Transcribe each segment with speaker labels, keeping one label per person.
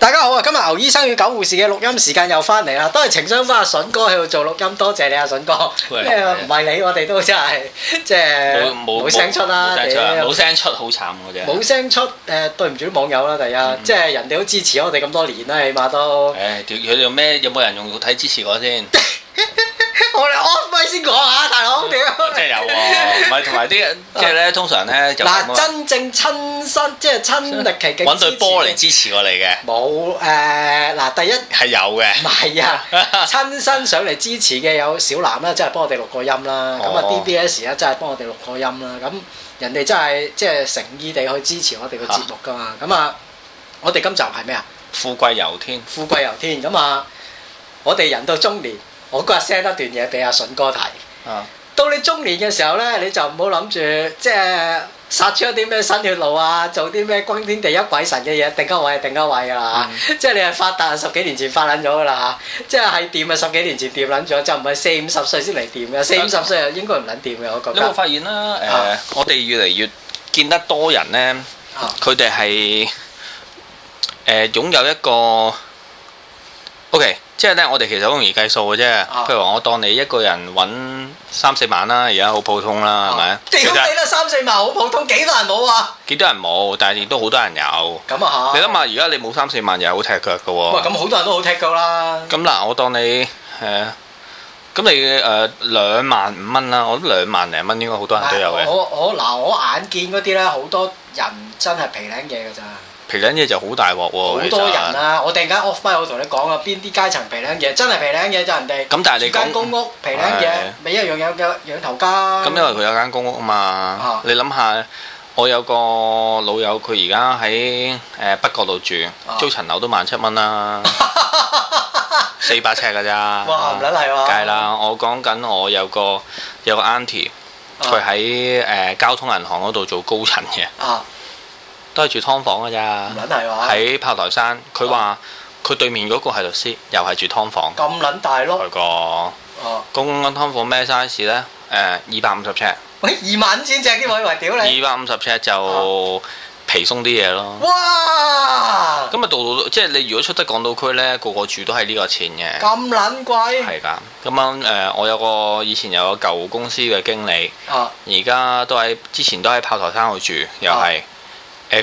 Speaker 1: 啊牛醫生與狗護士嘅錄音時間又翻嚟啦，都係情商翻阿筍哥喺度做錄音，多謝你啊，筍哥。
Speaker 2: 喂
Speaker 1: 咩唔係你，我哋都真係 即係
Speaker 2: 冇冇
Speaker 1: 冇聲出啦，
Speaker 2: 冇聲出啊啊
Speaker 1: 屌
Speaker 2: 冇聲出好慘嗰啫。
Speaker 1: 冇聲出誒，對唔住啲網友啦，第
Speaker 2: 嗯
Speaker 1: 一，即係人哋都支持我哋咁多年啦，起碼都。
Speaker 2: 唉，屌佢哋有咩？有冇人用肉體支持我 先？
Speaker 1: 我哋 off 咪先講啊，大
Speaker 2: 嗯
Speaker 1: 佬，屌！
Speaker 2: 真係有喎，唔係同 埋啲即係咧，通常咧就咁
Speaker 1: 嗱，
Speaker 2: 啊
Speaker 1: 真正親身即係親歷其境
Speaker 2: 揾對波嚟
Speaker 1: 支持
Speaker 2: 支持我哋嘅
Speaker 1: 嘅冇誒嗱，第一唔
Speaker 2: 係有嘅。
Speaker 1: 係啊，親身上嚟支持嘅有小南啦，真係幫我哋錄過音啦，咁啊
Speaker 2: 哦
Speaker 1: DBS 啊，真係幫我哋錄過音啦，咁人哋真係即係誠意地去支持我哋個節目噶嘛，咁啊，我哋今集係咩啊？
Speaker 2: 富貴由天，
Speaker 1: 富貴由天咁啊！我哋人到中年，我嗰日 send 一段嘢俾阿筍哥睇。
Speaker 2: 啊
Speaker 1: 到你中年嘅時候咧，你就唔好諗住即係殺出一啲咩新血路啊，做啲咩轟天地泣鬼神嘅嘢，定一位定一位噶啦、
Speaker 2: 嗯
Speaker 1: 即係你係發達十幾年前發撚咗噶啦即係係掂啊十幾年前掂撚咗，就唔係四五十歲先嚟掂嘅，四五十歲又應該唔撚掂嘅，我覺
Speaker 2: 你有冇
Speaker 1: 得。
Speaker 2: 發現啦？誒、
Speaker 1: 啊
Speaker 2: 我哋越嚟越見得多人咧，
Speaker 1: 啊
Speaker 2: 佢哋係誒擁有一個 OK，即係咧，我哋其實好容易計數嘅啫。
Speaker 1: 啊
Speaker 2: 譬如話，我當你一個人揾三四萬啦，而家好普通啦，係咪、啊其
Speaker 1: 啊屌你
Speaker 2: 實
Speaker 1: 啦，三四萬好普通，幾多人冇啊？
Speaker 2: 幾多人冇，但係亦都好多人有。
Speaker 1: 咁啊
Speaker 2: 你
Speaker 1: 嚇。
Speaker 2: 諗下，而家你冇三四萬又係好踢腳嘅
Speaker 1: 喂，
Speaker 2: 喎。
Speaker 1: 咁好多人都好踢腳啦。
Speaker 2: 咁嗱，我當你誒，呃咁、你誒兩萬五蚊啦，我覺得兩萬零蚊應該好多人都有嘅。
Speaker 1: 我我嗱，我眼見嗰啲咧，好多人真係皮領嘢㗎咋，
Speaker 2: 皮撚嘢就好大鑊
Speaker 1: 好
Speaker 2: 喎，其實
Speaker 1: 多人啊！我突然間 off 咪，我同你講啊，邊啲階層皮領嘢，真係皮領嘢就人哋。
Speaker 2: 咁但係你
Speaker 1: 住間公
Speaker 2: 講，
Speaker 1: 屋啊皮領嘢
Speaker 2: 係，
Speaker 1: 咪一樣有嘅養頭家。
Speaker 2: 咁因為佢有間公屋啊嘛，你諗下，我有個老友，佢而家喺誒北角度住
Speaker 1: 啊，
Speaker 2: 租層樓都萬七蚊 啦，四百尺㗎咋，
Speaker 1: 哇唔撚啊
Speaker 2: 梗
Speaker 1: 係喎，
Speaker 2: 係，啦，我講緊我有個有個 auntie，佢喺誒交通銀行嗰度做高層嘅，
Speaker 1: 啊
Speaker 2: 都係住劏房㗎
Speaker 1: 唔
Speaker 2: 咋，
Speaker 1: 撚啊係話，
Speaker 2: 喺炮台山，佢話佢對面嗰個係律師，又係住劏房，
Speaker 1: 咁撚大咯，
Speaker 2: 佢個。
Speaker 1: 哦，
Speaker 2: 公安劏房咩 size 咧？誒，二百五十尺，二
Speaker 1: 喂二萬五千隻啲位為屌你，
Speaker 2: 百五十尺就
Speaker 1: 啊
Speaker 2: 皮鬆啲嘢咯。
Speaker 1: 哇
Speaker 2: 咁啊，度度都即係你如果出得港島區咧，個個住都係呢個錢嘅，
Speaker 1: 咁撚貴
Speaker 2: 係㗎。咁樣誒，我有個以前有個舊公司嘅經理，
Speaker 1: 啊！
Speaker 2: 而家都喺之前都喺炮台山度住，又
Speaker 1: 啊
Speaker 2: 係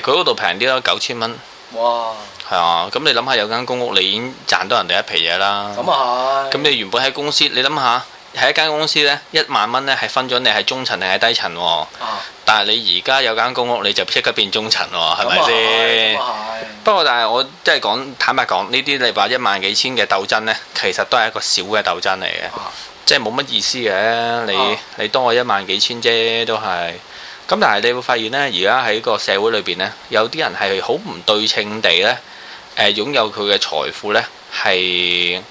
Speaker 2: 誒佢嗰度平啲咯，九千蚊
Speaker 1: 哇，
Speaker 2: 係啊。咁你諗下有間公屋，你已經賺到人哋一皮嘢啦。
Speaker 1: 咁啊係，
Speaker 2: 咁你原本喺公司，你諗下喺一間公司咧，一萬蚊咧係分咗你係中層定係低層喎。
Speaker 1: 啊
Speaker 2: 但係你而家有間公屋，你就即刻變中層喎，係咪
Speaker 1: 咁
Speaker 2: 先？
Speaker 1: 啊係。
Speaker 2: 不過但係我即係講坦白講，呢啲你話一萬幾千嘅鬥爭呢，其實都係一個小嘅鬥爭嚟嘅，
Speaker 1: 啊
Speaker 2: 即係冇乜意思嘅。你、
Speaker 1: 啊
Speaker 2: 你多我一萬幾千啫，都係。咁但係你會發現呢，而家喺個社會裏邊呢，有啲人係好唔對稱地呢，誒、擁有佢嘅財富呢，係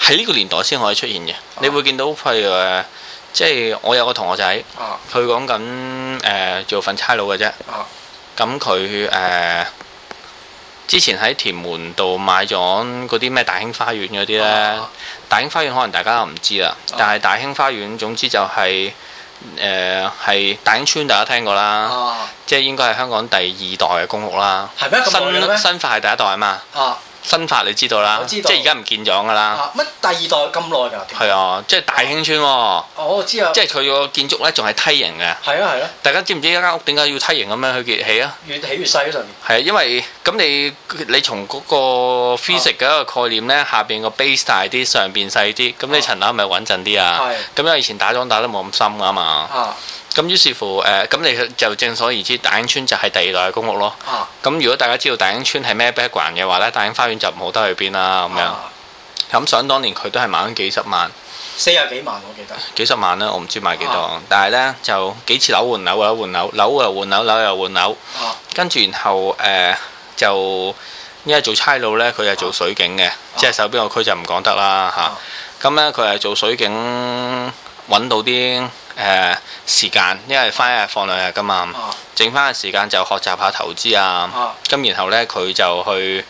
Speaker 2: 喺呢個年代先可以出現嘅。你會見到譬如誒，即係我有個同學仔。
Speaker 1: 啊
Speaker 2: 佢講緊誒做份差佬嘅啫，
Speaker 1: 啊
Speaker 2: 咁佢誒之前喺屯門度買咗嗰啲咩大興花園嗰啲咧
Speaker 1: 啊，
Speaker 2: 大興花園可能大家唔知啦，
Speaker 1: 啊
Speaker 2: 但係大興花園總之就係誒係大興村大家聽過啦，
Speaker 1: 啊！
Speaker 2: 即係應該係香港第二代嘅公屋啦，
Speaker 1: 係咩咁耐嘅咩
Speaker 2: 新新法係第一代啊嘛，
Speaker 1: 啊
Speaker 2: 新法你知道啦
Speaker 1: 我，知
Speaker 2: 即
Speaker 1: 道
Speaker 2: 係而家唔見咗噶啦，
Speaker 1: 啊！乜第二代咁耐㗎？
Speaker 2: 係啊，即係大興村喎，
Speaker 1: 哦我知啊，
Speaker 2: 即係佢個建築咧仲係梯形嘅。
Speaker 1: 係啊係啊，
Speaker 2: 大家知唔知一間屋點解要梯形咁樣去結起啊？
Speaker 1: 越起越細嗰上面。
Speaker 2: 係啊，因為咁你你從嗰個 physics 嘅一個概念咧，下邊個 base 大啲，上邊細啲，咁你層樓咪穩陣啲啊
Speaker 1: 啊係？
Speaker 2: 咁因為以前打樁打得冇咁深啊嘛，
Speaker 1: 啊
Speaker 2: 咁於是乎誒，咁、你就正所而知，大興村就係第二代嘅公屋咯。
Speaker 1: 啊
Speaker 2: 咁如果大家知道大興村係咩 background 嘅話咧，大興花園就唔好得去邊啦咁樣。
Speaker 1: 啊
Speaker 2: 咁想當年佢都係買緊幾十萬、
Speaker 1: 四廿幾萬我記得。
Speaker 2: 幾十萬啦，我唔知買幾多，
Speaker 1: 啊
Speaker 2: 但係咧就幾次樓換樓啊，換樓，樓又換樓，樓又換樓。
Speaker 1: 啊
Speaker 2: 跟住然後誒、呃就因為做差佬咧，佢係做水警嘅，即係手邊個區就唔講得啦
Speaker 1: 啊
Speaker 2: 嚇。咁咧佢係做水警揾到啲誒、呃、時間，因為翻一日放兩日噶嘛，
Speaker 1: 啊
Speaker 2: 剩翻嘅時間就學習下投資啊。
Speaker 1: 啊
Speaker 2: 咁然後咧佢就去誒、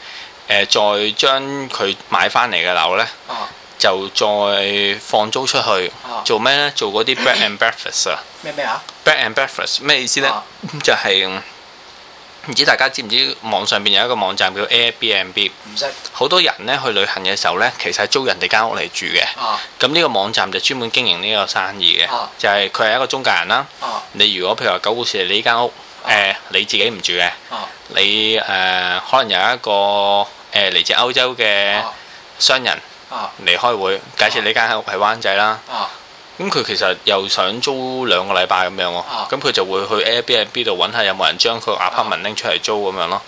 Speaker 2: 呃再將佢買翻嚟嘅樓咧。
Speaker 1: 啊
Speaker 2: 就再放租出去
Speaker 1: 啊，
Speaker 2: 做咩呢？做嗰啲
Speaker 1: 哦
Speaker 2: bread and breakfast 啊
Speaker 1: 咩咩啊？
Speaker 2: ，bread and breakfast 咩意思呢？
Speaker 1: 啊
Speaker 2: 就係唔知大家知唔知網上邊有一個網站叫 Airbnb，好多人呢去旅行嘅時候呢，其實係租人哋間屋嚟住嘅。咁呢個網站就專門經營呢個生意嘅
Speaker 1: 啊，
Speaker 2: 就係佢係一個中介人啦。你如果譬如話九股市你呢間屋，
Speaker 1: 啊
Speaker 2: 誒你自己唔住嘅，你誒可能有一個誒嚟自歐洲嘅
Speaker 1: 啊
Speaker 2: 商人嚟開會，假設你間屋係灣仔啦。
Speaker 1: 啊
Speaker 2: 咁佢其實又想租兩個禮拜咁樣喎
Speaker 1: 啊，
Speaker 2: 咁佢就會去 Airbnb 度揾下有冇人將佢 apartment 拎出嚟租咁樣
Speaker 1: 啊
Speaker 2: 咯。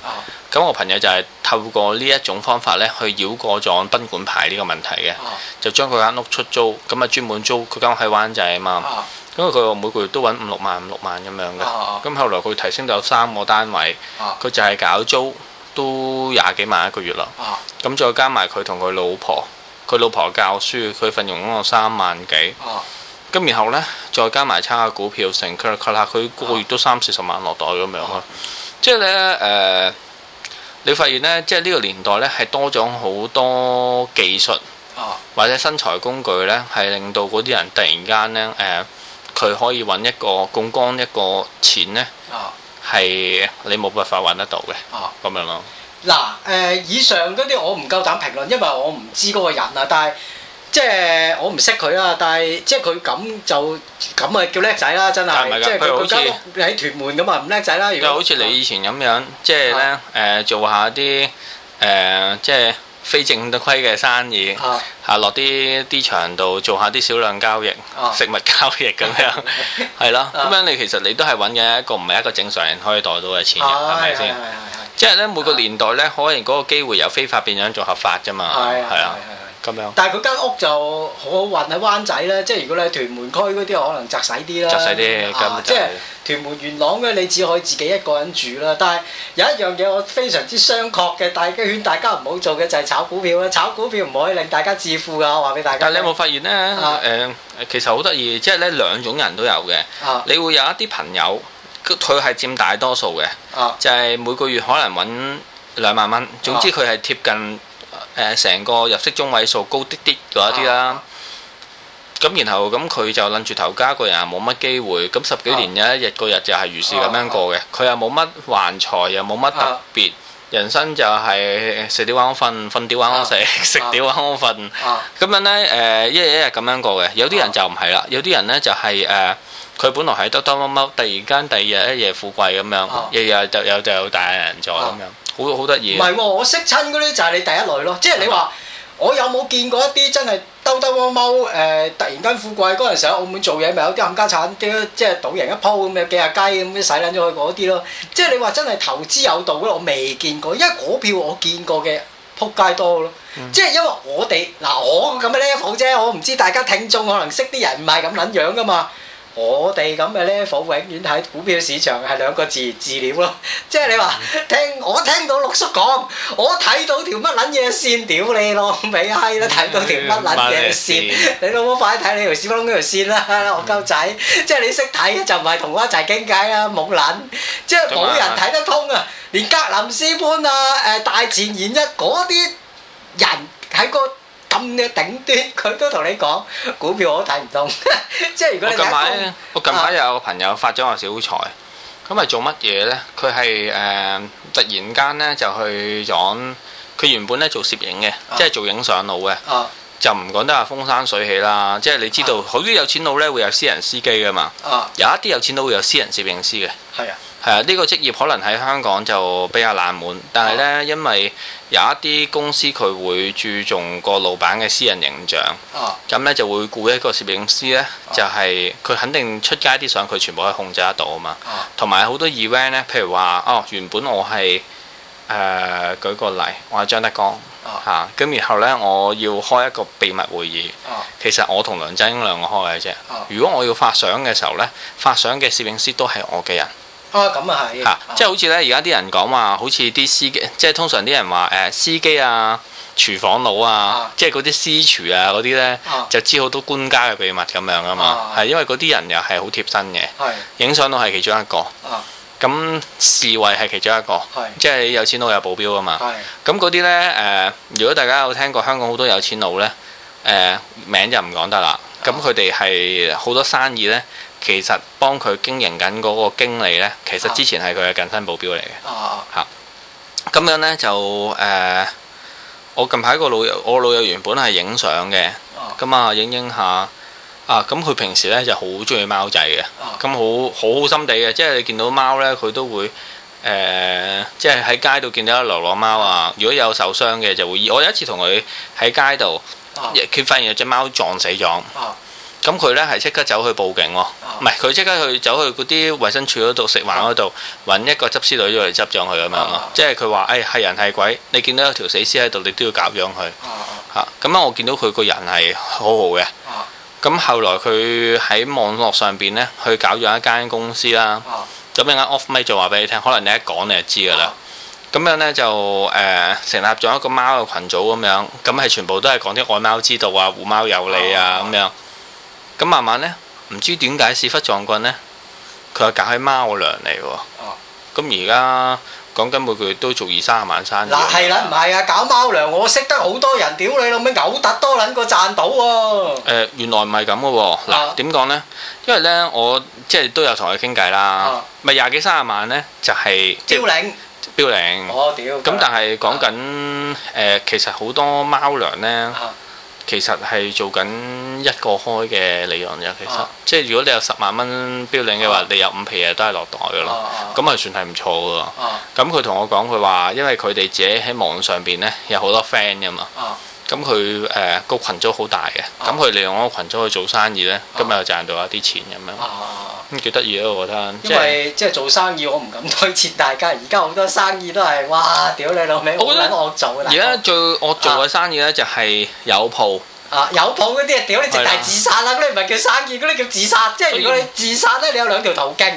Speaker 2: 咁我朋友就係透過呢一種方法咧，去繞過咗賓館牌呢個問題嘅，
Speaker 1: 啊
Speaker 2: 就將佢間屋出租，咁啊專門租佢間屋喺灣仔啊嘛。咁佢話每個月都揾五六萬五六萬咁樣嘅。咁後來佢提升到有三個單位，佢就係搞租都廿幾萬一個月啦。
Speaker 1: 啊
Speaker 2: 咁再加埋佢同佢老婆，佢老婆教書，佢份佣嗰個三萬幾。
Speaker 1: 啊
Speaker 2: 咁然後呢，再加埋差下股票成，佢佢啦，佢個月都三四十萬落袋咁樣咯。即係呢，誒、你發現呢，即係呢個年代呢，係多咗好多技術
Speaker 1: 啊
Speaker 2: 或者新材工具呢，係令到嗰啲人突然間呢，誒、佢可以揾一個槓桿一個錢呢，係你冇辦法揾得到嘅咁樣咯。
Speaker 1: 啊嗱誒，以上嗰啲我唔夠膽評論，因為我唔知嗰個人啊，但係即係我唔識佢啦，但係即係佢咁就咁啊叫叻仔啦，真
Speaker 2: 但係唔係
Speaker 1: 係
Speaker 2: 㗎
Speaker 1: 即係
Speaker 2: 佢
Speaker 1: 佢
Speaker 2: 好
Speaker 1: 佢
Speaker 2: 似
Speaker 1: 間屋喺屯門咁啊，唔叻仔啦。如
Speaker 2: 就
Speaker 1: 果
Speaker 2: 好似你以前咁樣，即係呢，誒、做下啲誒、即係非正規嘅生意。
Speaker 1: 啊
Speaker 2: 啊落啲啲場度做下啲少量交易、
Speaker 1: 啊
Speaker 2: 食物交易咁 樣，係啦。
Speaker 1: 啊
Speaker 2: 咁樣你其實你都係揾緊一個唔係一個正常人可以袋到嘅錢嘅，係咪
Speaker 1: 哦係係係啊
Speaker 2: 先？
Speaker 1: 係
Speaker 2: 即係咧每個年代咧，可能嗰個機會由非法變咗做合法啫嘛，
Speaker 1: 係係
Speaker 2: 係
Speaker 1: 係
Speaker 2: 啊，。咁樣
Speaker 1: 但係佢間屋就好好運喺灣仔咧，即係如果你喺屯門區嗰啲，可能窄細啲啦。
Speaker 2: 窄細啲
Speaker 1: 啊
Speaker 2: 咁
Speaker 1: 即
Speaker 2: 就
Speaker 1: 係屯門元朗嘅，你只可以自己一個人住啦。但係有一樣嘢我非常之商榷嘅，大家勸大家唔好做嘅就係炒股票啦。炒股票唔可以令大家致富㗎，我話俾大家
Speaker 2: 但係
Speaker 1: 聽。
Speaker 2: 你有冇發現咧？誒、
Speaker 1: 啊
Speaker 2: 其實好得意，即係咧兩種人都有嘅。
Speaker 1: 啊
Speaker 2: 你會有一啲朋友，佢佢係佔大多數嘅，
Speaker 1: 啊
Speaker 2: 就係每個月可能揾兩萬蚊，總之佢係貼近誒成、個入息中位數高啲啲嗰一啲啦
Speaker 1: 啊。
Speaker 2: 咁、然後咁佢就擸住頭家，個人又冇乜機會。咁十幾年有一日個日就係如是咁樣過嘅，佢又冇乜橫財，又冇乜特別。人生就係食屌玩我瞓，瞓屌玩我食，食屌玩我瞓。
Speaker 1: 啊
Speaker 2: 咁樣呢，誒、一日一日咁樣過嘅。有啲人就唔係啦，有啲人呢就係、誒，佢、本來係兜兜踎踎，突然間第二日一夜富貴咁
Speaker 1: 啊
Speaker 2: 樣，日日就有就有大人在咁樣，好好得
Speaker 1: 哦唔
Speaker 2: 意。
Speaker 1: 係喎，我識親嗰啲就係你第一類咯，即係你話。我有冇見過一啲真係兜兜踎踎誒，突然間富貴嗰陣時喺澳門做嘢，咪有啲冚家產，啲即係賭贏一鋪咁樣幾廿雞咁樣使撚咗去嗰啲咯。即係你話真係投資有道咧，我未見過，因為嗰票我見過嘅撲街多咯。即係因為我哋嗱，我咁嘅 level 啫，我唔知大家聽眾可能識啲人唔係咁撚樣噶嘛。我哋咁嘅 level 永遠喺股票市場係兩個字字料咯， 即係你話聽我聽到六叔講，我睇到條乜撚嘢線，屌你老味閪啦！睇到條嗯乜撚嘢線，你老母快啲睇你條屎忽窿嗰條線啦！我鳩仔，即係你識睇就唔係同我一齊傾偈啦，冇撚，即係冇人睇得通啊！連格林斯潘啊、誒大前研一嗰啲人喺個咁嘅頂端，佢都同你講股票我都睇唔通， 即係如果
Speaker 2: 我
Speaker 1: 你啊
Speaker 2: 近
Speaker 1: 睇得通
Speaker 2: 排我近排有個朋友發咗個小財，咁係做乜嘢呢？佢係誒突然間呢就去咗，佢原本呢做攝影嘅，
Speaker 1: 哦
Speaker 2: 即係做影相佬嘅。
Speaker 1: 啊
Speaker 2: 就唔講得話風生水起啦，即係你知
Speaker 1: 哦
Speaker 2: 道，好啲有錢佬呢會有私人司機噶嘛，
Speaker 1: 啊
Speaker 2: 有一啲有錢佬會有私人攝影師嘅。
Speaker 1: 係啊
Speaker 2: 係啊，呢、個職業可能喺香港就比較冷門，但係
Speaker 1: 啊
Speaker 2: 呢，因為有一啲公司佢會注重個老闆嘅私人形象，
Speaker 1: 啊
Speaker 2: 咁呢就會雇一個攝影師呢，就係、佢肯定出街啲相佢全部可以控制得到啊嘛，
Speaker 1: 啊
Speaker 2: 同埋好多 event 呢，譬如話哦，原本我係誒、呃、舉個例，我係張德江
Speaker 1: 啊
Speaker 2: 嚇，咁、然後呢，我要開一個秘密會議。
Speaker 1: 啊
Speaker 2: 其實我同梁振英兩個開嘅啫
Speaker 1: 啊。
Speaker 2: 如果我要發相嘅時候呢，發相嘅攝影師都係我嘅人。
Speaker 1: 啊咁啊係
Speaker 2: 嚇，即係
Speaker 1: 係
Speaker 2: 好似咧，而家啲人講話，好似啲司機，即係通常啲人話誒、司機啊、廚房佬啊，
Speaker 1: 啊
Speaker 2: 即係嗰啲私廚啊嗰啲咧，
Speaker 1: 啊
Speaker 2: 就知好多官家嘅秘密咁樣啊嘛
Speaker 1: 啊，
Speaker 2: 係、因為嗰啲人又係好貼身嘅，
Speaker 1: 係
Speaker 2: 影相佬係其中一個，
Speaker 1: 啊
Speaker 2: 咁侍衛係其中一個，
Speaker 1: 係
Speaker 2: 即係有錢佬有保鏢啊嘛，
Speaker 1: 係
Speaker 2: 咁嗰啲咧誒，如果大家有聽過香港好多有錢佬咧，誒、名就唔講得啦，咁佢哋係好多生意咧，其實幫佢經營緊嗰個經理呢，其實之前係佢嘅近身保鏢嚟嘅。
Speaker 1: 哦，
Speaker 2: 咁樣呢，就誒、呃我近排個老友，我老友原本係影相嘅，
Speaker 1: 哦，
Speaker 2: 咁啊影影下啊，咁佢平時呢就好中意貓仔嘅，
Speaker 1: 哦，
Speaker 2: 咁好好好心地嘅，即係你見到貓呢，佢都會誒、呃即係喺街度見到流浪貓啊，如果有受傷嘅就會醫。我有一次同佢喺街度，
Speaker 1: 哦，
Speaker 2: 佢發現有隻貓撞死咗，
Speaker 1: 哦，
Speaker 2: 咁佢呢係即刻走去報警喎、唔
Speaker 1: 哦，
Speaker 2: 係，佢即刻去走去嗰啲衞生署嗰度食環嗰度揾一個執屍隊咗嚟執咗佢咁樣咯
Speaker 1: 啊，
Speaker 2: 即係佢話誒係人係鬼，你見到有條死屍喺度，你都要搞養佢
Speaker 1: 哦，
Speaker 2: 嚇。咁啊，我見到佢個人係好好嘅。
Speaker 1: 哦，
Speaker 2: 咁後來佢喺網絡上邊呢，去搞咗一間公司啦。
Speaker 1: 哦，
Speaker 2: 咁一間 off mic 就話俾你聽，可能你一講你就知㗎
Speaker 1: 啊
Speaker 2: 啦。咁樣呢，就誒、呃成立咗一個貓嘅群組咁樣，咁係全部都係講啲愛貓之道啊、護貓有理啊咁樣。咁慢慢呢，唔知點解屎忽撞棍呢，佢又搞起貓糧嚟
Speaker 1: 哦
Speaker 2: 喎。咁而家講緊每個月都做二三十萬生意。
Speaker 1: 嗱係啦，唔係啊，搞貓糧我識得好多人，屌你老味，嘔突多撚過賺到喎。
Speaker 2: 誒、原來唔係咁嘅喎，嗱
Speaker 1: 啊
Speaker 2: 點講呢？因為呢，我即係都有同佢傾偈啦
Speaker 1: 啊，
Speaker 2: 咪廿幾三十萬呢，就係、即
Speaker 1: 招
Speaker 2: 係
Speaker 1: 領，
Speaker 2: 標零。
Speaker 1: 我屌。
Speaker 2: 咁但係講緊誒，其實好多貓糧呢，
Speaker 1: 啊
Speaker 2: 其實係做緊一個開嘅利潤嘅。其實
Speaker 1: 啊
Speaker 2: 即係如果你有十萬蚊標領嘅話
Speaker 1: 啊，
Speaker 2: 你有五皮嘢都係落袋嘅咯。
Speaker 1: 啊
Speaker 2: 咁啊算係唔錯嘅喎。
Speaker 1: 啊
Speaker 2: 咁佢同我講，佢話因為佢哋自己喺網上邊呢，有好多 friend 噶嘛。
Speaker 1: 啊
Speaker 2: 咁佢誒個群組好大嘅，
Speaker 1: 啊
Speaker 2: 咁佢利用嗰個群組去做生意咧，
Speaker 1: 啊
Speaker 2: 咁又賺到一啲錢咁樣，
Speaker 1: 啊！
Speaker 2: 咁幾得意啊！我覺得，即
Speaker 1: 因
Speaker 2: 係
Speaker 1: 為即係做生意，我唔敢推薦大家。而家好多生意都係哇，屌你老味，好
Speaker 2: 我覺得
Speaker 1: 撚惡做啊！大
Speaker 2: 而
Speaker 1: 佬
Speaker 2: 家最我做嘅生意咧就係有鋪，
Speaker 1: 啊有鋪嗰啲啊，屌你直
Speaker 2: 係啦
Speaker 1: 大自殺啦！嗰啲唔係叫生意，嗰啲叫自殺。即係如果
Speaker 2: 所以
Speaker 1: 你自殺咧，你有兩條途徑。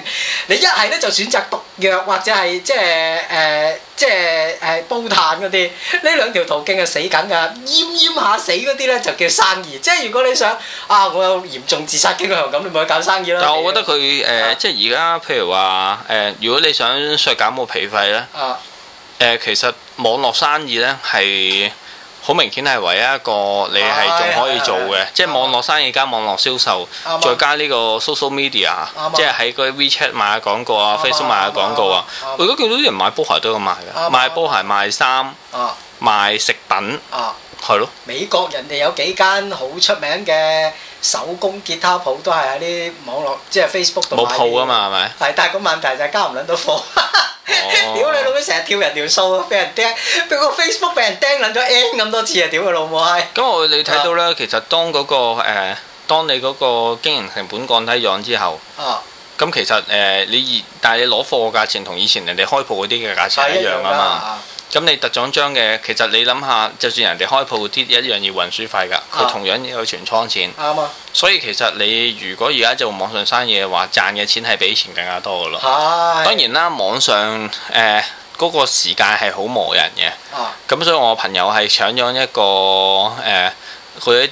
Speaker 1: 你一係咧就選擇毒藥或者係即係誒即係誒煲炭嗰啲，呢兩條途徑係死緊㗎。奄奄下死嗰啲咧就叫生意。即係如果你想啊，我有嚴重自殺傾向咁，你咪去搞生意啦。
Speaker 2: 但我覺得佢
Speaker 1: 啊
Speaker 2: 誒即係而家譬如話誒，如果你想削減個皮費咧，
Speaker 1: 啊
Speaker 2: 誒呃其實網絡生意咧係。好明顯係唯一一個你係仲可以做嘅
Speaker 1: 係係，
Speaker 2: 即係網絡生意加網絡銷售，
Speaker 1: 啱啊
Speaker 2: 再加呢個 social media，
Speaker 1: 啊
Speaker 2: 即係喺嗰啲 WeChat 賣下廣告啊
Speaker 1: 啱啊
Speaker 2: ，Facebook 賣下廣告啊。
Speaker 1: 啱啊
Speaker 2: 我而家見到啲人買波鞋都有賣
Speaker 1: 啱
Speaker 2: 嘅，
Speaker 1: 啊
Speaker 2: 賣波鞋、賣衫、
Speaker 1: 啊
Speaker 2: 賣食品，
Speaker 1: 啊！
Speaker 2: 係咯。
Speaker 1: 美國人哋有幾間好出名嘅手工吉他鋪，都係喺啲網絡即係 Facebook 度
Speaker 2: 冇
Speaker 1: 買
Speaker 2: 鋪啊
Speaker 1: 嘅
Speaker 2: 嘛，係咪？
Speaker 1: 係，但係個問題就係交唔撚到貨。
Speaker 2: 哦
Speaker 1: 屌你老母，成日跳人條數啊！俾人釘，俾個 Facebook 俾人釘撚咗 N 咁多次啊！屌佢老母閪！
Speaker 2: 咁我你睇到咧，其實當嗰個誒，當你嗰個經營成本降低咗之後，
Speaker 1: 啊，
Speaker 2: 咁其實誒你而但係你攞貨嘅價錢同以前人哋開鋪嗰啲嘅價錢
Speaker 1: 係
Speaker 2: 係一
Speaker 1: 一
Speaker 2: 樣
Speaker 1: 樣
Speaker 2: 啊嘛。
Speaker 1: 啦。
Speaker 2: 咁你特獎章嘅，其實你諗下，就算人哋開鋪啲一樣要運輸費㗎，佢
Speaker 1: 啊
Speaker 2: 同樣要有存倉錢。
Speaker 1: 啱啊，
Speaker 2: 所以其實你如果而家做網上生意嘅話，賺嘅錢係比以前更加多㗎咯。
Speaker 1: 係。
Speaker 2: 當然啦，網上誒嗰、個時間係好磨人嘅，
Speaker 1: 啊
Speaker 2: 咁所以我朋友係搶咗一個誒，佢、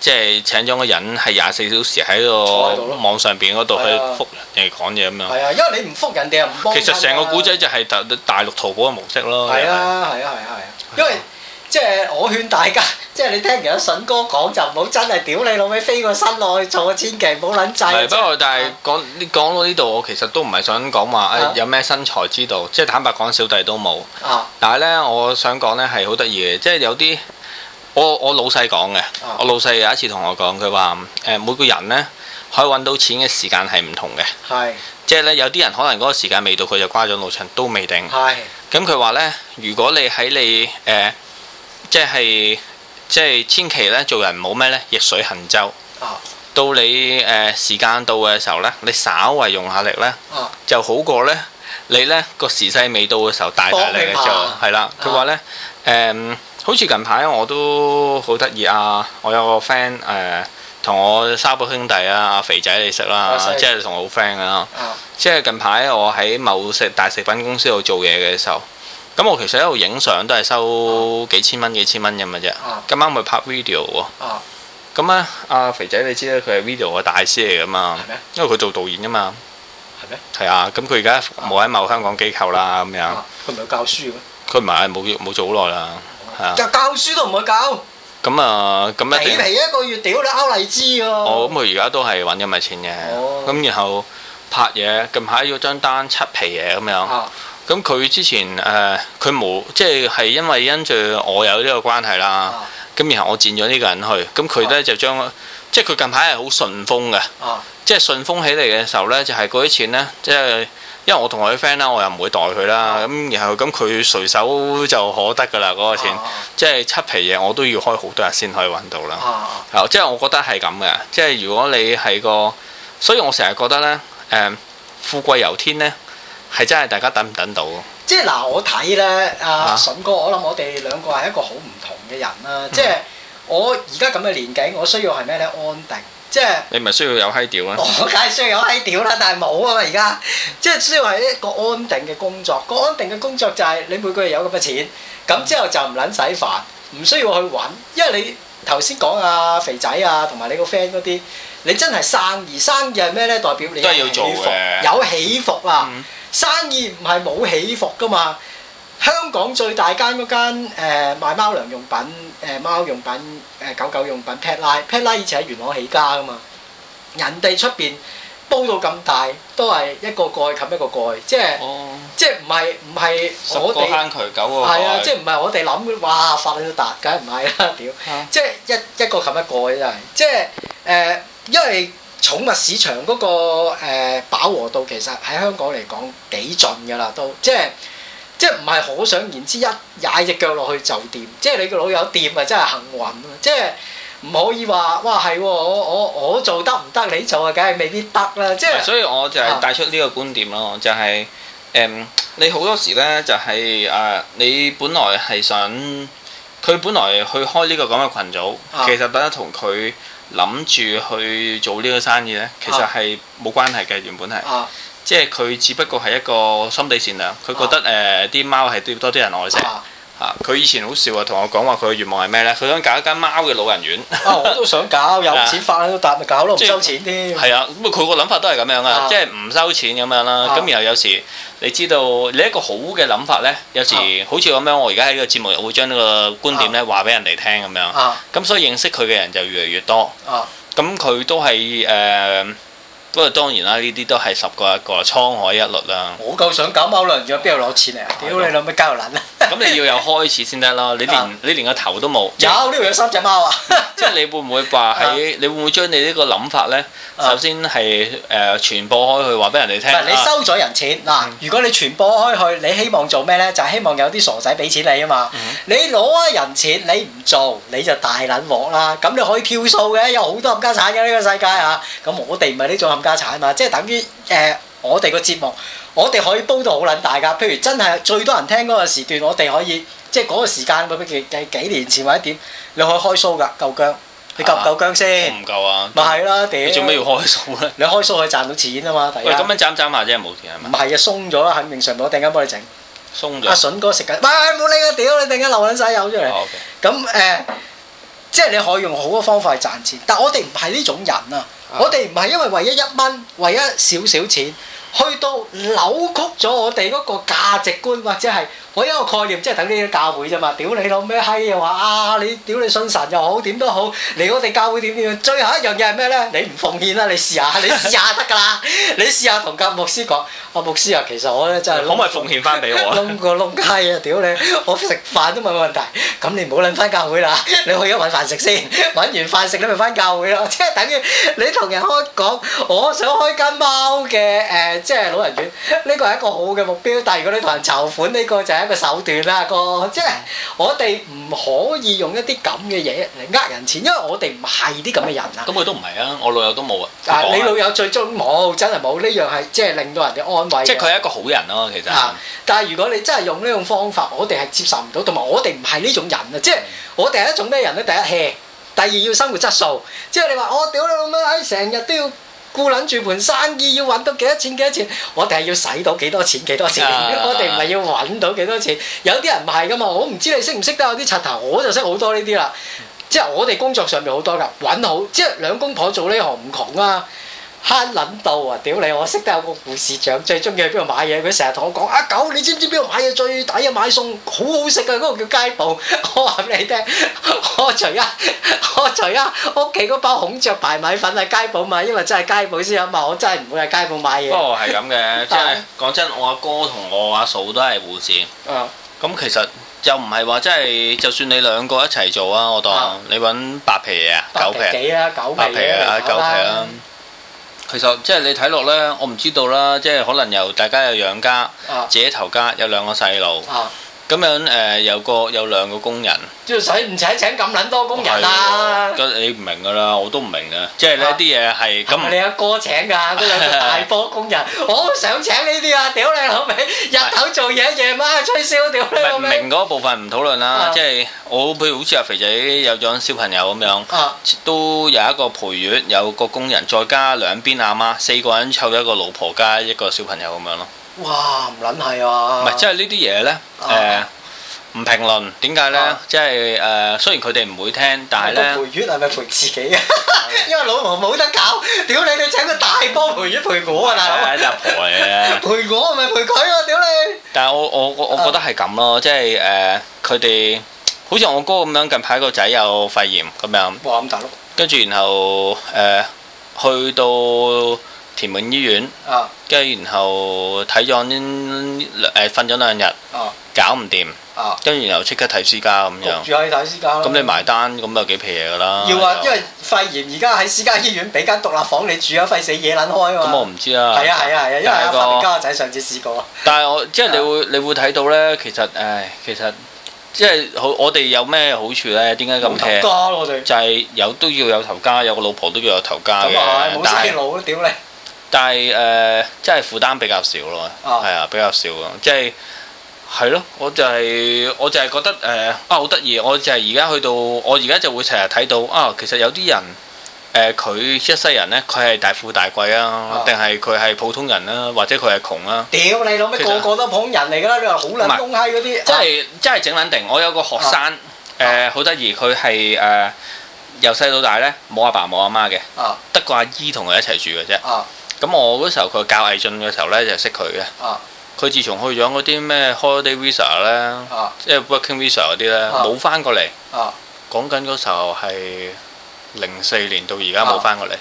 Speaker 2: 即係請咗個人係廿四小時喺
Speaker 1: 坐喺
Speaker 2: 個
Speaker 1: 度咯
Speaker 2: 網上邊嗰度去
Speaker 1: 係啊
Speaker 2: 覆人哋講嘢咁樣。
Speaker 1: 係啊，因為你唔覆人哋又唔幫。啊
Speaker 2: 其實成個古仔。就係大大陸淘寶嘅模式咯。
Speaker 1: 係啊，係啊，係啊，係啊，因為。即係我勸大家， 即係你聽完阿筍哥講就唔好真係屌你老味飛個身落去做，千祈唔好撚啊制。
Speaker 2: 係，不啊過但係講講到呢度，我其實都唔係想講話
Speaker 1: 啊
Speaker 2: 誒有咩身材之道，即係坦白講，小弟都冇。
Speaker 1: 啊
Speaker 2: 但係咧，我想講咧係好得意嘅，即係有啲我我老細講嘅，
Speaker 1: 啊
Speaker 2: 我老細有一次同我講，佢話嗯誒每個人咧可以揾到錢嘅時間係唔同嘅，
Speaker 1: 係
Speaker 2: 即係咧有啲人可能嗰個時間未到，佢就瓜咗老襯都未定。
Speaker 1: 係
Speaker 2: 咁佢話咧，如果你喺你誒、呃即係即係千祈咧做人冇咩咧逆水行舟，
Speaker 1: 啊
Speaker 2: 到你誒、呃、時間到嘅時候咧，你稍為用下力咧。
Speaker 1: 啊
Speaker 2: 就好過呢。你呢個時勢未到嘅時候，大大力
Speaker 1: 搏命
Speaker 2: 力做
Speaker 1: 啊
Speaker 2: 係啦。佢話呢，誒，好似近排我都好得意啊！我有個 friend 誒，同我三個兄弟啊，肥仔你識啦
Speaker 1: 我，識
Speaker 2: 即係同我好 friend 啊。
Speaker 1: 啊
Speaker 2: 即係近排我喺某食大食品公司度做嘢嘅時候，咁我其實喺度影相都係收幾千蚊、幾千蚊咁嘅啫
Speaker 1: 啊。
Speaker 2: 咁啱咪拍 video 喎。
Speaker 1: 啊
Speaker 2: 咁咧，阿肥仔你知咧，佢係 video 嘅大師嚟噶嘛
Speaker 1: 係咩，
Speaker 2: 因為佢做導演噶嘛。
Speaker 1: 係咩？
Speaker 2: 係啊，咁佢而家服務喺某香港機構啦，
Speaker 1: 啊
Speaker 2: 咁樣
Speaker 1: 啊！佢唔係教書嘅咩？哦
Speaker 2: 佢唔係冇冇做好耐啦，係啊，
Speaker 1: 就教書都唔會教。
Speaker 2: 咁啊，咁一
Speaker 1: 幾
Speaker 2: 定
Speaker 1: 皮一個月屌你歐荔枝喎。
Speaker 2: 我咁佢而家都係揾緊咪錢
Speaker 1: 哦
Speaker 2: 嘅。咁然後拍嘢，近排要張單七皮嘢咁樣。
Speaker 1: 啊
Speaker 2: 咁佢之前誒，呃佢、冇即係係因為因住我有呢個關係啦，
Speaker 1: 啊
Speaker 2: 咁、然後我佔咗呢個人去，咁佢咧就將即係佢近排係好順風嘅，
Speaker 1: 啊
Speaker 2: 即係順風起嚟嘅時候咧，就係嗰啲錢咧，即係因為我同我啲 friend 啦，我又唔會代佢啦，
Speaker 1: 啊
Speaker 2: 咁然後咁佢隨手就可得㗎啦嗰個錢，
Speaker 1: 啊
Speaker 2: 即係七皮嘢我都要開好多日先可以揾到啦。
Speaker 1: 啊
Speaker 2: 係即係我覺得係咁嘅，即係如果你係個，所以我成日覺得咧，誒、富貴由天咧，係真係大家等唔等到啊嘅
Speaker 1: 即係嗱，我睇咧，阿
Speaker 2: 啊嗯
Speaker 1: 筍哥，我諗我哋兩個係一個好唔同嘅人啦。即係我而家咁嘅年紀，我需要係咩咧？安定，即係。
Speaker 2: 你咪需要有閪屌啊！
Speaker 1: 我梗係需要有閪屌啦，但係冇啊嘛而家，即係需要係一個安定嘅工作。個安定嘅工作就係你每個月有咁嘅錢，咁之後就唔撚使煩，唔需要去揾，因為你頭先講啊肥仔啊，同埋你個 friend 嗰啲，你真係生意，生意係咩呢？代表你
Speaker 2: 都係要做
Speaker 1: 有起伏
Speaker 2: 嘅
Speaker 1: 有起伏啊！
Speaker 2: 嗯
Speaker 1: 生意唔係冇起伏噶嘛。香港最大間嗰間誒賣貓糧用品、誒、貓用品、誒、狗狗用品 Pet Line，Pet Line 以前喺元朗起家噶嘛，人哋出邊煲到咁大，都係一個蓋冚一個蓋，即係
Speaker 2: 哦，
Speaker 1: 即係唔係唔係
Speaker 2: 十
Speaker 1: 我
Speaker 2: 個
Speaker 1: 哋。
Speaker 2: 坑渠九個
Speaker 1: 係啊，
Speaker 2: 蓋
Speaker 1: 即係唔係我哋諗嘅？哇，發你都達，梗係唔係啦？屌
Speaker 2: 啊，
Speaker 1: 即係一一個冚一個嘅真係，即係誒、呃因為寵物市場嗰、個誒、呃、飽和度其實喺香港嚟講幾盡㗎啦，都即係。即係唔係可想而知，一踩只腳落去就掂，即係你個老友掂啊，真係幸運啊！即係唔可以話哇係喎，我我我做得唔得，你做啊，梗係未必得啦！即係
Speaker 2: 所以我就
Speaker 1: 啊
Speaker 2: 係帶出呢個觀點咯，就係、誒、你好多時咧就係、啊你本來係想佢本來去開呢個咁嘅群組，
Speaker 1: 啊
Speaker 2: 其實大家同佢諗住去做呢個生意咧，其實
Speaker 1: 啊
Speaker 2: 係冇關係嘅，原本係。
Speaker 1: 啊
Speaker 2: 即係佢只不過係一個心地善良，佢覺得誒啲、貓係都要多啲人愛惜 嚇。
Speaker 1: 啊
Speaker 2: 啊佢、以前好笑啊，同我講話佢嘅願望係咩呢？佢想搞一間貓嘅老人院。
Speaker 1: 啊！我都想搞，有錢發都達咪搞咯，唔
Speaker 2: 即係
Speaker 1: 收錢添。
Speaker 2: 係啊，咁佢個諗法都係咁樣
Speaker 1: 啊
Speaker 2: 啊，即係唔收錢咁樣啦。
Speaker 1: 啊
Speaker 2: 咁然後有時你知道你一個好嘅諗法呢，有時
Speaker 1: 啊
Speaker 2: 好似咁樣，我而家喺呢個節目我會將呢個觀點呢話俾人哋聽咁樣。
Speaker 1: 啊！
Speaker 2: 咁所以認識佢嘅人就越嚟越多。
Speaker 1: 啊
Speaker 2: 咁佢都係誒。呃不過當然啦，呢啲都係十個一個，滄海一律 啦！。
Speaker 1: 我夠想搞貓糧，仲有邊度攞錢啊？屌你老味，交條撚啊！
Speaker 2: 咁你要有開始先得咯，你
Speaker 1: 啊
Speaker 2: 連你連個頭都冇，即
Speaker 1: 有
Speaker 2: 係
Speaker 1: 呢度有三隻貓啊！
Speaker 2: 即係你會唔會話喺你會唔會將你呢個諗法咧，
Speaker 1: 啊
Speaker 2: 首先係誒傳播開去話俾人哋
Speaker 1: 唔
Speaker 2: 聽
Speaker 1: 係你
Speaker 2: 啊
Speaker 1: 收咗人錢嗱，如果你傳播開去，你希望做咩咧？就係希望有啲傻仔俾錢你啊嘛。你攞咗人錢，你唔做你就大撚鑊啦。咁你可以跳數嘅，有好多冚家產嘅呢個世界啊。咁我哋唔係呢種冚家產嘛，即係等於誒我哋個節目，我哋可以煲到好撚大㗎。譬如真係最多人聽嗰個時段，我哋可以即係嗰個時間咁幾幾幾年前或者點，你可以開 show 㗎，夠姜，你夠唔夠姜
Speaker 2: 我
Speaker 1: 先？
Speaker 2: 唔夠啊！
Speaker 1: 咪係啦，屌！
Speaker 2: 你做咩要開數 咧？
Speaker 1: 你開 show 可以賺到錢啊嘛，第一。
Speaker 2: 喂，咁樣斬斬下真係冇錢係
Speaker 1: 唔
Speaker 2: 咪？
Speaker 1: 係啊，鬆咗啦，肯定上我突然間幫你整。
Speaker 2: 鬆
Speaker 1: 阿
Speaker 2: 咗。
Speaker 1: 筍哥食緊，喂，冇理佢，屌你，突然間流撚晒油出嚟。
Speaker 2: 哦，OK
Speaker 1: 咁誒、呃即係你可以用好嘅方法去賺錢，但我哋唔係呢種人啊！
Speaker 2: 啊
Speaker 1: 我哋唔係因為為咗一蚊，為咗少少錢，去到扭曲咗我哋嗰個價值觀，或者係我一個概念，即係等呢啲教會啫嘛！屌你老咩閪又話啊！你屌你信神又好，點都好，嚟我哋教會點點樣？最後一樣嘢係咩呢？你唔奉獻啦，你試下，你試下得㗎啦！你試下同個牧師講，阿牧師啊，其實我咧真係
Speaker 2: 可唔可以奉獻翻俾我啊？
Speaker 1: 窿個窿閪啊！屌你，我食飯都冇問題，咁你唔好撚翻教會啦，你去咗揾飯食先，揾完飯食你咪翻教會咯，即係等於你同人開講，我想開間貓嘅誒，即係老人院，呢個係一個好嘅目標，但係如果你同人籌款，呢個就係一個手段啦，個即係我哋唔可以用一啲咁嘅嘢嚟呃人錢，因為我哋唔係啲咁嘅人 啊。
Speaker 2: 咁佢都唔係啊，我老友都冇啊。
Speaker 1: 啊！
Speaker 2: 講
Speaker 1: 你老友最終冇，真係冇呢樣係即係令到人哋安慰嘅。
Speaker 2: 即係佢係一個好人咯，其實
Speaker 1: 啊。！但係如果你真係用呢種方法，我哋係接受唔到，同埋我哋唔係呢種人啊！即係我哋係一種咩人咧？第一 hea，第二要生活質素。即係你話我屌你老母，唉，成日都要顧撚住盤生意，要揾到幾多錢幾多錢，我哋係要使到幾多錢幾多錢，
Speaker 2: 啊
Speaker 1: 我哋唔係要揾到幾多錢。有啲人唔係噶嘛，我唔知你識唔識得有啲柒頭，我就識好多呢啲啦。即係我哋工作上面好多㗎，揾好，即係兩公婆做呢行唔窮啊！慳撚到啊！屌你，我識得有個護士長最中意去邊度買嘢，佢成日同我講：阿狗，你知唔知邊度買嘢最抵啊？買餸好好食啊！嗰個叫街鋪。 我話俾你聽，我除啊， 我除啊，屋企嗰包孔雀排米粉喺街鋪買，因為真係街鋪先有嘛，我真係唔會喺街鋪買
Speaker 2: 不
Speaker 1: 嘢。
Speaker 2: 過係咁啊 嘅，即係講真，我阿哥同我阿嫂都係護士，
Speaker 1: 嗯，
Speaker 2: 咁其實又唔係話即係，就算你兩個一齊做啊，我
Speaker 1: 啊
Speaker 2: 當你揾八皮嘢啊，
Speaker 1: 八
Speaker 2: 九
Speaker 1: 皮
Speaker 2: 皮啊。
Speaker 1: 幾啦，九皮
Speaker 2: 八皮啊，
Speaker 1: 嚟
Speaker 2: 九
Speaker 1: 講
Speaker 2: 皮啊。其實即係你睇落咧，我唔知道啦，即係可能由大家有養家，
Speaker 1: 啊
Speaker 2: 自己頭家，有兩個細路，
Speaker 1: 啊！
Speaker 2: 咁樣誒有個有兩個工人，
Speaker 1: 即係使唔使請咁撚多工人啊
Speaker 2: 係喎？咁你唔明㗎啦，我都唔明嘅，即係呢
Speaker 1: 啊
Speaker 2: 啲嘢係
Speaker 1: 咁你
Speaker 2: 咁，
Speaker 1: 阿哥請 㗎，嗰兩個大波工人，我好想請呢啲啊！屌你老味，日頭做嘢，夜晚吹簫，屌你老
Speaker 2: 唔明
Speaker 1: 味。
Speaker 2: 嗰部分唔討論啦
Speaker 1: 啊，
Speaker 2: 即係我譬如好似阿肥仔有咗小朋友咁樣。
Speaker 1: 啊
Speaker 2: 都有一個陪月，有個工人，再加兩邊阿媽，四個人湊一個老婆加一個小朋友咁樣咯。
Speaker 1: 哇，唔撚係啊！
Speaker 2: 唔係，即係呢啲嘢呢，誒、
Speaker 1: 啊
Speaker 2: 唔評論點解呢？
Speaker 1: 啊
Speaker 2: 即係誒、雖然佢哋唔會聽，但係呢，
Speaker 1: 個陪月係咪陪自己啊？ 因為老婆冇得搞，屌你！你請個大波陪月陪我啊，大佬！
Speaker 2: 係阿婆嚟嘅。
Speaker 1: 陪我我咪陪佢啊！屌你！
Speaker 2: 但係我我我
Speaker 1: 啊
Speaker 2: 我覺得係咁咯，即係誒，佢、哋好似我哥咁樣，近排個仔有肺炎咁樣，
Speaker 1: 哇咁大碌
Speaker 2: 跟住然後誒、呃去到屯門醫院，
Speaker 1: 啊
Speaker 2: 跟住然後睇咗誒瞓咗兩日，
Speaker 1: 啊
Speaker 2: 搞唔掂，
Speaker 1: 啊！
Speaker 2: 跟住然後即刻睇私家咁
Speaker 1: 焗
Speaker 2: 樣，
Speaker 1: 住去睇私家啦。
Speaker 2: 咁你埋單咁有幾皮嘢㗎啦？
Speaker 1: 要啊，
Speaker 2: 又
Speaker 1: 哦因為肺炎而家喺私家醫院俾間獨立房你住啊，費死野撚開啊
Speaker 2: 咁我
Speaker 1: 嘛。
Speaker 2: 唔知啦。
Speaker 1: 係啊係啊係啊，因為
Speaker 2: 但
Speaker 1: 阿
Speaker 2: 係個
Speaker 1: 發明家個仔上次試過啊。
Speaker 2: 但係我即係你
Speaker 1: 啊
Speaker 2: 會你會睇到咧，其實唉，其實即係好，我哋有咩好處咧？點解咁
Speaker 1: 冇頭家
Speaker 2: hea？
Speaker 1: 咯，我哋
Speaker 2: 就係有都要有頭家，有個老婆都要有頭家
Speaker 1: 咁啊係
Speaker 2: 嘅
Speaker 1: 冇，
Speaker 2: 但
Speaker 1: 細
Speaker 2: 係
Speaker 1: 路咯，屌你！
Speaker 2: 但係誒、呃即係負擔比較少咯，
Speaker 1: 啊
Speaker 2: 係啊，比較少咯，即係係咯，我就係、我就係覺得誒、呃啊好得意，我就係而家去到我而家就會成日睇到啊，其實有啲人。誒佢、一世人咧，佢係大富大貴啊
Speaker 1: 啊，
Speaker 2: 定係佢係普通人啦、或者佢係窮啊啦、
Speaker 1: 屌你老味，
Speaker 2: 其實
Speaker 1: 個個都捧人嚟㗎啦！你話好
Speaker 2: 唔係
Speaker 1: 撚公閪嗰啲，
Speaker 2: 即係真係整撚定。我有個學
Speaker 1: 啊
Speaker 2: 生誒好得意，佢係誒由細到大咧冇阿爸冇阿媽嘅，
Speaker 1: 啊
Speaker 2: 得個阿姨同佢一齊住嘅啫。
Speaker 1: 啊
Speaker 2: 咁我嗰時候佢教藝進嘅時候咧就識佢嘅。
Speaker 1: 啊
Speaker 2: 佢自從去咗嗰啲咩 holiday visa 咧，
Speaker 1: 啊
Speaker 2: 即係 working visa 嗰啲咧，
Speaker 1: 啊
Speaker 2: 冇翻過嚟。
Speaker 1: 啊！
Speaker 2: 講緊嗰時候係零四年到而家冇翻過嚟。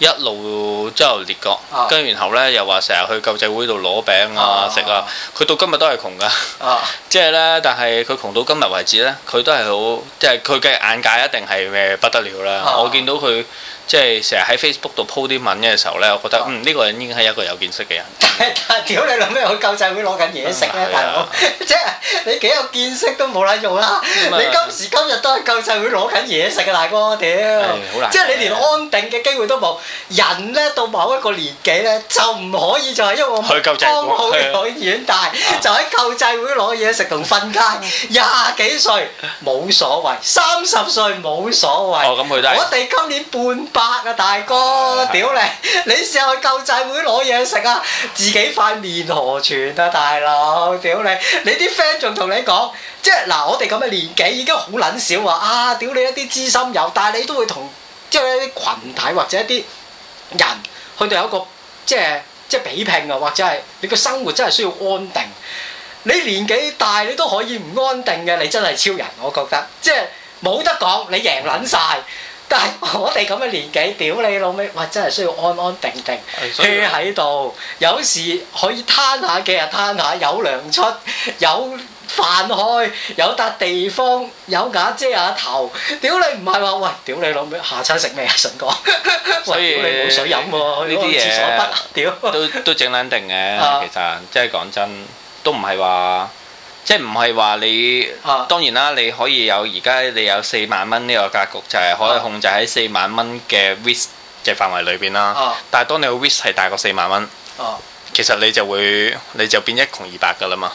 Speaker 2: 一路周遊列國
Speaker 1: 啊，
Speaker 2: 跟住然後咧又話成日去救濟會度攞餅
Speaker 1: 啊
Speaker 2: 啊食啊，佢到今日都係窮㗎。
Speaker 1: 啊
Speaker 2: 即係咧，但係佢窮到今日為止咧，佢都係好，即係佢嘅眼界一定係誒不得了啦。
Speaker 1: 啊
Speaker 2: 我見到佢即係成日喺 Facebook 度 po 啲文嘅時候咧，我覺得、
Speaker 1: 啊
Speaker 2: 嗯呢、個人已經係一個有見識嘅人。
Speaker 1: 但係但係屌你老味，去救濟會攞緊嘢食咧，
Speaker 2: 嗯係啊
Speaker 1: 大 佬！即係你幾有見識都冇撚用啦！
Speaker 2: 啊
Speaker 1: 你今時今日都係救濟會攞緊嘢食啊，大哥！屌
Speaker 2: 係好難！
Speaker 1: 即係你連安定嘅機會都冇。人咧到某一個年紀咧，就唔可以再因為我
Speaker 2: 去救濟會
Speaker 1: 幫好你去院大，就喺救濟會攞嘢食同瞓街。廿幾歲冇所謂，三十歲冇所謂。
Speaker 2: 哦咁佢都係
Speaker 1: 我哋今年半百啊，大哥！
Speaker 2: 係
Speaker 1: 屌你！你試下去救濟會攞嘢食啊，自己塊面何存啊，大佬！屌你！你啲 friend 仲同你講，即係嗱，我哋咁嘅年紀已經好撚少話啊！屌你一啲知心友，但係你都會同即係一啲群體或者一啲人去到有一個即係即係比拼啊，或者係你個生活真係需要安定。你年紀大你都可以唔安定嘅，你真係超人，我覺得即係冇得講，你贏撚晒。但係我哋咁嘅年紀，屌你老味，哇！真係需要安安定定
Speaker 2: 係所以
Speaker 1: hea 喺度，有時可以攤下嘅就攤下，有糧出， 有飯開，有笪地方，有瓦遮下頭。屌你唔係話喂，屌你老味，下餐食咩啊，順哥？
Speaker 2: 所以
Speaker 1: 喂，屌你冇水飲喎，去
Speaker 2: 呢啲嘢
Speaker 1: 廁所不屌。
Speaker 2: 都都整撚定嘅，
Speaker 1: 啊
Speaker 2: 其實即係講真，都唔係話。即係唔係話你
Speaker 1: 啊
Speaker 2: 當然啦，你可以有而家你有四萬蚊呢個格局，就係可以
Speaker 1: 啊
Speaker 2: 控制喺四萬蚊嘅 risk 嘅範圍裏邊啦。
Speaker 1: 啊
Speaker 2: 但係當你個 risk 係大過四萬蚊，
Speaker 1: 哦
Speaker 2: 其實你就會你就變一窮二白㗎啦嘛。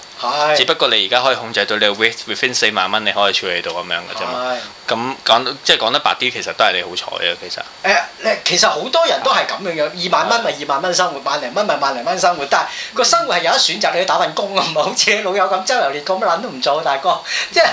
Speaker 1: 係
Speaker 2: 只不過你而家可以控制到你 with within 四萬蚊，你可以處理到咁樣嘅啫嘛。
Speaker 1: 係
Speaker 2: 咁講即係講得白啲，其實都係你好彩嘅。其實
Speaker 1: 誒誒，其實好多人都係咁樣樣，二萬蚊咪二萬蚊生活，萬零蚊咪萬零蚊生活，但係個生活係有得選擇，你去打份工啊，唔係好似你老友咁周遊列國乜撚都唔做，大哥， 即係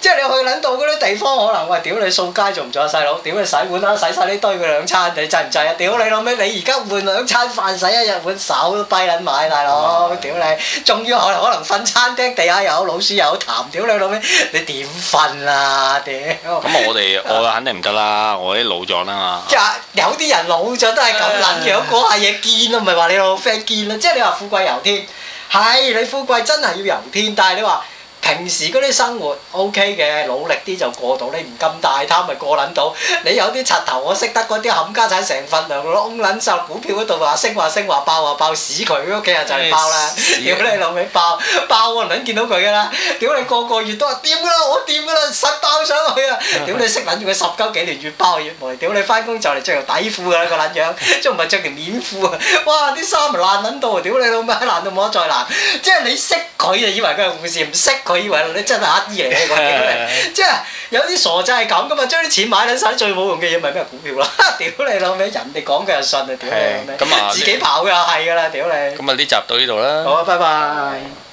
Speaker 1: 即係你去撚到嗰啲地方，可能喂屌你掃街做唔做啊，細佬，屌你洗碗啦，洗晒呢堆佢兩餐，你制唔制啊？屌你老味，你而家換兩餐飯洗一日碗手都低撚埋，大佬，屌你，仲要可能可能瞓餐廳地下又有老鼠又有痰，屌你老味，你點瞓啊？屌！
Speaker 2: 咁我哋我肯定唔得啦，我啲老咗啦嘛。
Speaker 1: 啊即係有啲人老咗都係咁撚樣，嗰下嘢堅咯，唔係話你老 friend 堅啦。即係你話富貴遊天，係你富貴真係要遊天，但係你話平時嗰啲生活 OK 嘅，努力啲就過到，你唔咁大貪咪過撚到。你有啲柒頭，我識得嗰啲冚家產成份糧窿撚晒股票嗰度話升話升話爆話爆屎佢屋企人就嚟爆啦，
Speaker 2: 屎
Speaker 1: 屌你老味爆爆我唔撚見到佢㗎啦，屌你個個月都話掂㗎啦，我掂㗎啦，實爆上去啊！屌你識撚住佢十鳩幾年越包越霉，屌你翻工就嚟着條底褲㗎啦個撚樣， 仲唔係着條棉褲啊？ 哇！啲衫咪爛撚到，屌你老味爛到冇得再爛，即係你識佢就以為佢係護士，唔識佢以為你真係乞衣嚟嘅個屌你！即係有啲傻仔係咁噶嘛，將啲錢買撚晒最冇用嘅嘢，咪咩股票啦？ 屌你老味，人哋講佢又信啊！屌你老味
Speaker 2: 係咁啊，
Speaker 1: 自己跑嘅係㗎啦，屌你！
Speaker 2: 咁啊呢集到呢度啦。
Speaker 1: 好啊，拜拜。